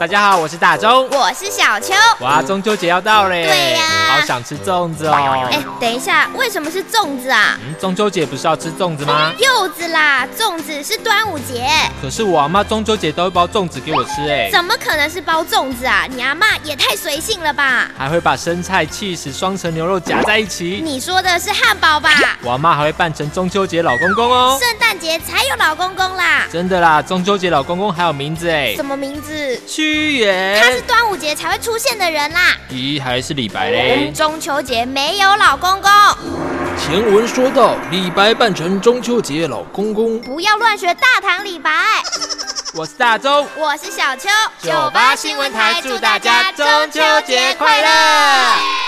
大家好，我是大钟。我是小秋。哇，中秋节要到嘞！对呀好想吃粽子哦。哎，等一下，为什么是粽子啊？嗯，中秋节不是要吃粽子吗？柚子啦，粽子是端午节，可是我阿妈中秋节都会包粽子给我吃哎，怎么可能是包粽子啊？你阿妈也太随性了吧！还会把生菜、气死双层牛肉夹在一起。你说的是汉堡吧？我阿妈还会扮成中秋节老公公哦。圣诞节才有老公公啦，真的啦，中秋节老公公还有名字哎，什么名字？屈他是原。端午节才会出现的人啦。咦，还是李白嘞？中秋节没有老公公，前文说到，李白扮成中秋节老公公，不要乱学大唐李白。我是大周。我是小秋，九八新闻台祝大家中秋节快乐。